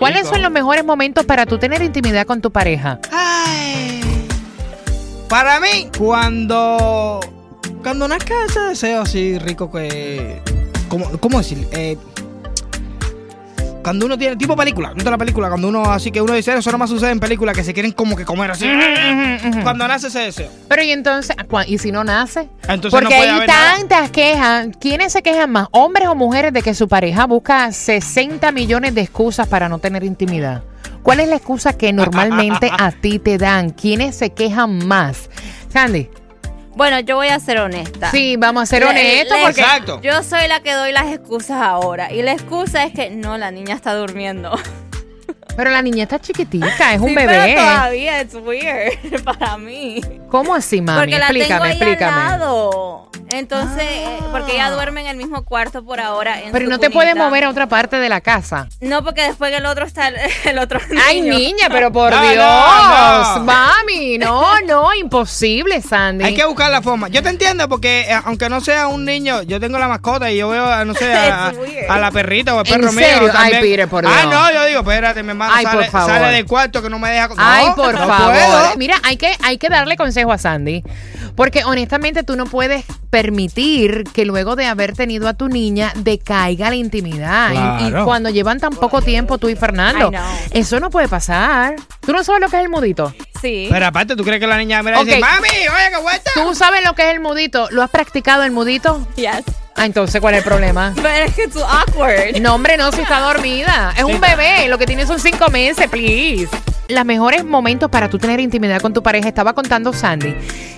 ¿Cuáles son los mejores momentos para tú tener intimidad con tu pareja? ay. Para mí, cuando. Cuando nazca ese deseo así rico que. ¿Cómo, cómo decir? Eh, cuando uno tiene. Tipo película. ¿Viste la película? Cuando uno. Así que uno dice eso, no más sucede en películas que se quieren como que comer así. Cuando nace ese deseo. Pero y entonces, cua- ¿y si no nace? Entonces Porque no puede hay haber nada. tantas quejas. ¿Quiénes se quejan más, hombres o mujeres, de que su pareja busca 60 millones de excusas para no tener intimidad? ¿Cuál es la excusa que normalmente a ti te dan? ¿Quiénes se quejan más? Sandy, Bueno, yo voy a ser honesta. sí, vamos a ser Le- honestos le- porque... Exacto. Yo soy la que doy las excusas ahora. Y la excusa es que no, la niña está durmiendo. Pero la niña está chiquitita, es un Sí, bebé. Pero todavía es weird para mí. ¿Cómo así, mami? porque la explícame, tengo ahí explícame. Ah. al lado. Entonces, eh, porque ella duerme en el mismo cuarto por ahora. en Pero su no te puedes cunita. mover a otra parte de la casa. No, porque después el otro está el, el otro Ay, niño. niña, pero por No, no, Dios. no. Mami, no, no, imposible, Sandy. Hay que buscar la forma. Yo te entiendo porque eh, aunque no sea un niño, yo tengo la mascota y yo veo, a, no sé, a, It's weird. a la perrita o al ¿En perro mío. serio? Ay, también. Peter, por Ah, Dios. no, yo digo, espérate, mi hermano Ay, por sale, favor. sale del cuarto que no me deja. No, Ay, por no favor. puedo. Mira, hay que, hay que darle consejo a Sandy. Porque honestamente tú no puedes permitir que luego de haber tenido a tu niña decaiga la intimidad. Y- Y, Claro. cuando llevan tan poco tiempo tú y Fernando. I know. Eso no puede pasar. Tú no sabes lo que es el mudito. Sí. Pero aparte, ¿tú crees que la niña mira y dice, Ok. mami, oye, qué vuelta? Tú sabes lo que es el mudito. ¿Lo has practicado el mudito? Yes. Ah, entonces, ¿cuál es el problema? Pero es que es awkward. No, hombre, no, si está dormida. Es un bebé, lo que tiene son cinco meses, please. Los mejores momentos para tú tener intimidad con tu pareja, estaba contando Sandy,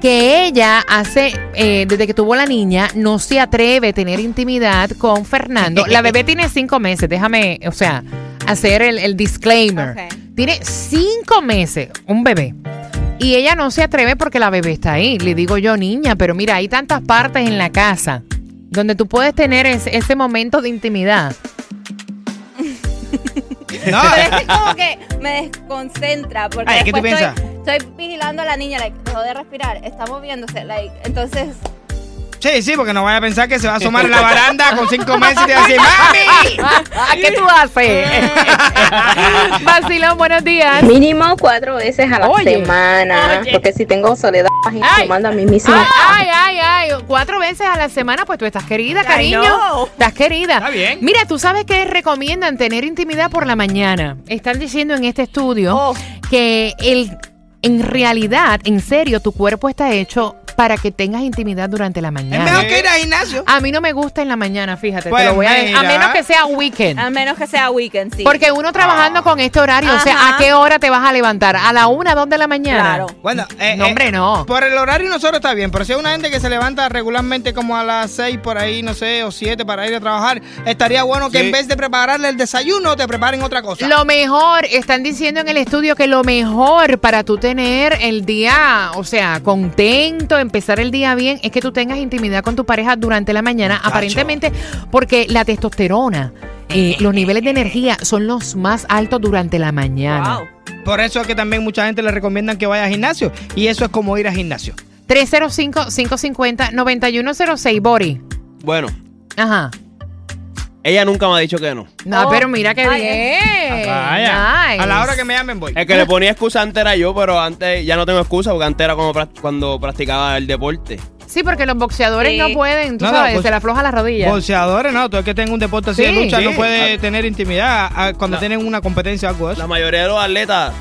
que ella hace, eh, desde que tuvo la niña, no se atreve a tener intimidad con Fernando. La bebé tiene cinco meses, déjame, o sea, hacer el, el disclaimer. Ok. Tiene cinco meses, un bebé. Y ella no se atreve porque la bebé está ahí. Le digo yo, niña, pero mira, hay tantas partes en la casa donde tú puedes tener ese, ese momento de intimidad. No, Pero es que como que me desconcentra porque Ah. Ay, ¿qué tú después piensas? estoy, estoy vigilando a la niña, like, dejó de respirar, está moviéndose, like, entonces sí, sí, porque no vaya a pensar que se va a asomar en la baranda con cinco meses y te va a decir, mami. ¿A Ah, qué tú haces? Vacilón, buenos días. Mínimo cuatro veces a la Oye. semana. Oye. Porque si tengo soledad, imagino, Ay. manda a mí misma. Ay, ay, ay. Cuatro veces a la semana, pues tú estás querida, I cariño. know. Estás querida. Está bien. Mira, tú sabes que recomiendan tener intimidad por la mañana. Están diciendo en este estudio Oh. que el, en realidad, en serio, tu cuerpo está hecho para que tengas intimidad durante la Es mañana. mejor que ir al gimnasio. A mí no me gusta en la mañana, fíjate. te Pues lo voy a, decir. a mira. menos que sea weekend. a menos que sea weekend, sí. Porque uno trabajando con este horario, o sea, Ah. Ajá. ¿a qué hora te vas a levantar? ¿A la una, dos de la mañana? Claro. Bueno, eh, No, eh, hombre, no. Por el horario nosotros está bien, pero si es una gente que se levanta regularmente como a las 6 por ahí, no sé, o 7 para ir a trabajar, estaría bueno que en vez de prepararle el desayuno, te preparen otra cosa. Lo mejor, están diciendo en el estudio que lo mejor para tú tener el día, o sea, contento, empezar el día bien, es que tú tengas intimidad con tu pareja durante la mañana, aparentemente porque la testosterona, eh, los niveles de energía son los más altos durante la mañana. Wow. Por eso es que también mucha gente le recomiendan que vaya al gimnasio, y eso es como ir al gimnasio. 305-550-9106, Bori. Bueno, Ajá. ella nunca me ha dicho que no. No, Oh. pero mira qué Ay, bien. Eh, Nice. Ah, A la hora que me llamen voy. El que le ponía excusa antes era yo, pero antes ya no tengo excusa porque antes era como prac- cuando practicaba el deporte. Sí, porque los boxeadores Sí. no pueden, tú No, no, sabes, pues- se le afloja las rodillas. Bolseadores, no, todo el que tenga un deporte así de Sí. lucha no Sí. puede tener intimidad ah, cuando No. tienen una competencia o algo de eso. La mayoría de los atletas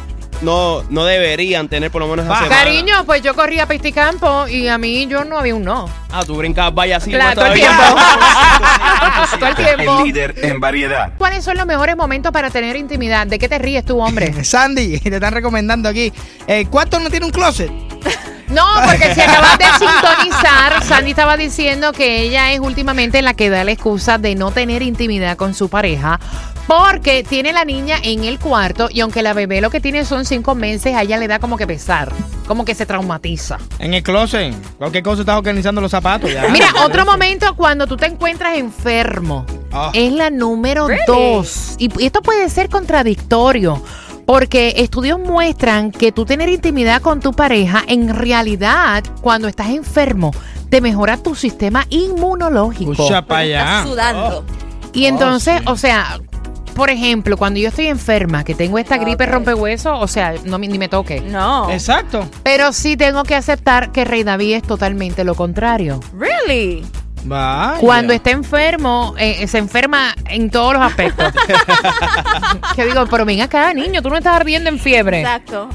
no, no deberían tener por lo menos esa Va. semana. Cariño, pues yo corría a Pisticampo y a mí yo no había un no. Ah, tú brincabas vaya así. Claro, más todo el todavía. tiempo. Ah, Todo el tiempo. El líder en variedad. ¿Cuáles son los mejores momentos para tener intimidad? ¿De qué te ríes tú, hombre? Eh, Sandy, te están recomendando aquí. El cuarto no tiene un closet. No, porque si acabas de sintonizar, Sandy estaba diciendo que ella es últimamente la que da la excusa de no tener intimidad con su pareja Porque tiene la niña en el cuarto y aunque la bebé lo que tiene son cinco meses, a ella le da como que pesar, como que se traumatiza. En el closet. Cualquier cosa estás organizando los zapatos. Ya. Mira, otro momento cuando tú te encuentras enfermo. Ah. Es la número Really? dos. Y y esto puede ser contradictorio. Porque estudios muestran que tú tener intimidad con tu pareja, en realidad, cuando estás enfermo, te mejora tu sistema inmunológico. Escucha para allá. Estás sudando. Oh. Y entonces, sí. o sea, por ejemplo, cuando yo estoy enferma, que tengo esta gripe Ah, Ok. rompehueso, o sea, no, me- ni me toque. No. Exacto. Pero sí tengo que aceptar que Rey David es totalmente lo contrario. Really? Va. Cuando está enfermo, eh, se enferma en todos los aspectos. que digo, pero ven acá, niño, tú no estás ardiendo en fiebre. Exacto.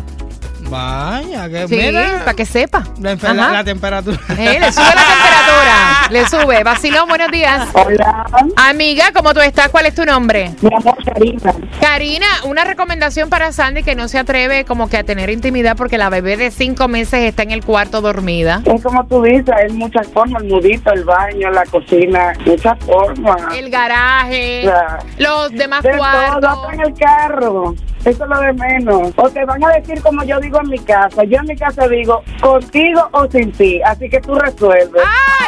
Vaya, que Sí, mira. para que sepa. La, enfer- la- Ajá. la temperatura. Eh, le sube la temperatura. Le sube. Vacilón, buenos días. Hola, Amiga, ¿cómo tú estás? ¿Cuál es tu nombre? mi amor Karina. Karina, una recomendación para Sandy que no se atreve como que a tener intimidad porque la bebé de cinco meses está en el cuarto dormida. Es como tú dices, hay muchas formas, el mudito, el baño, la cocina, muchas formas. El garaje, Claro. los demás De todo, cuartos. hasta en el carro. Eso es lo de menos. O te van a decir como yo digo en mi casa. Yo en mi casa digo, contigo o sin ti. Así que tú resuelves. ¡Ah!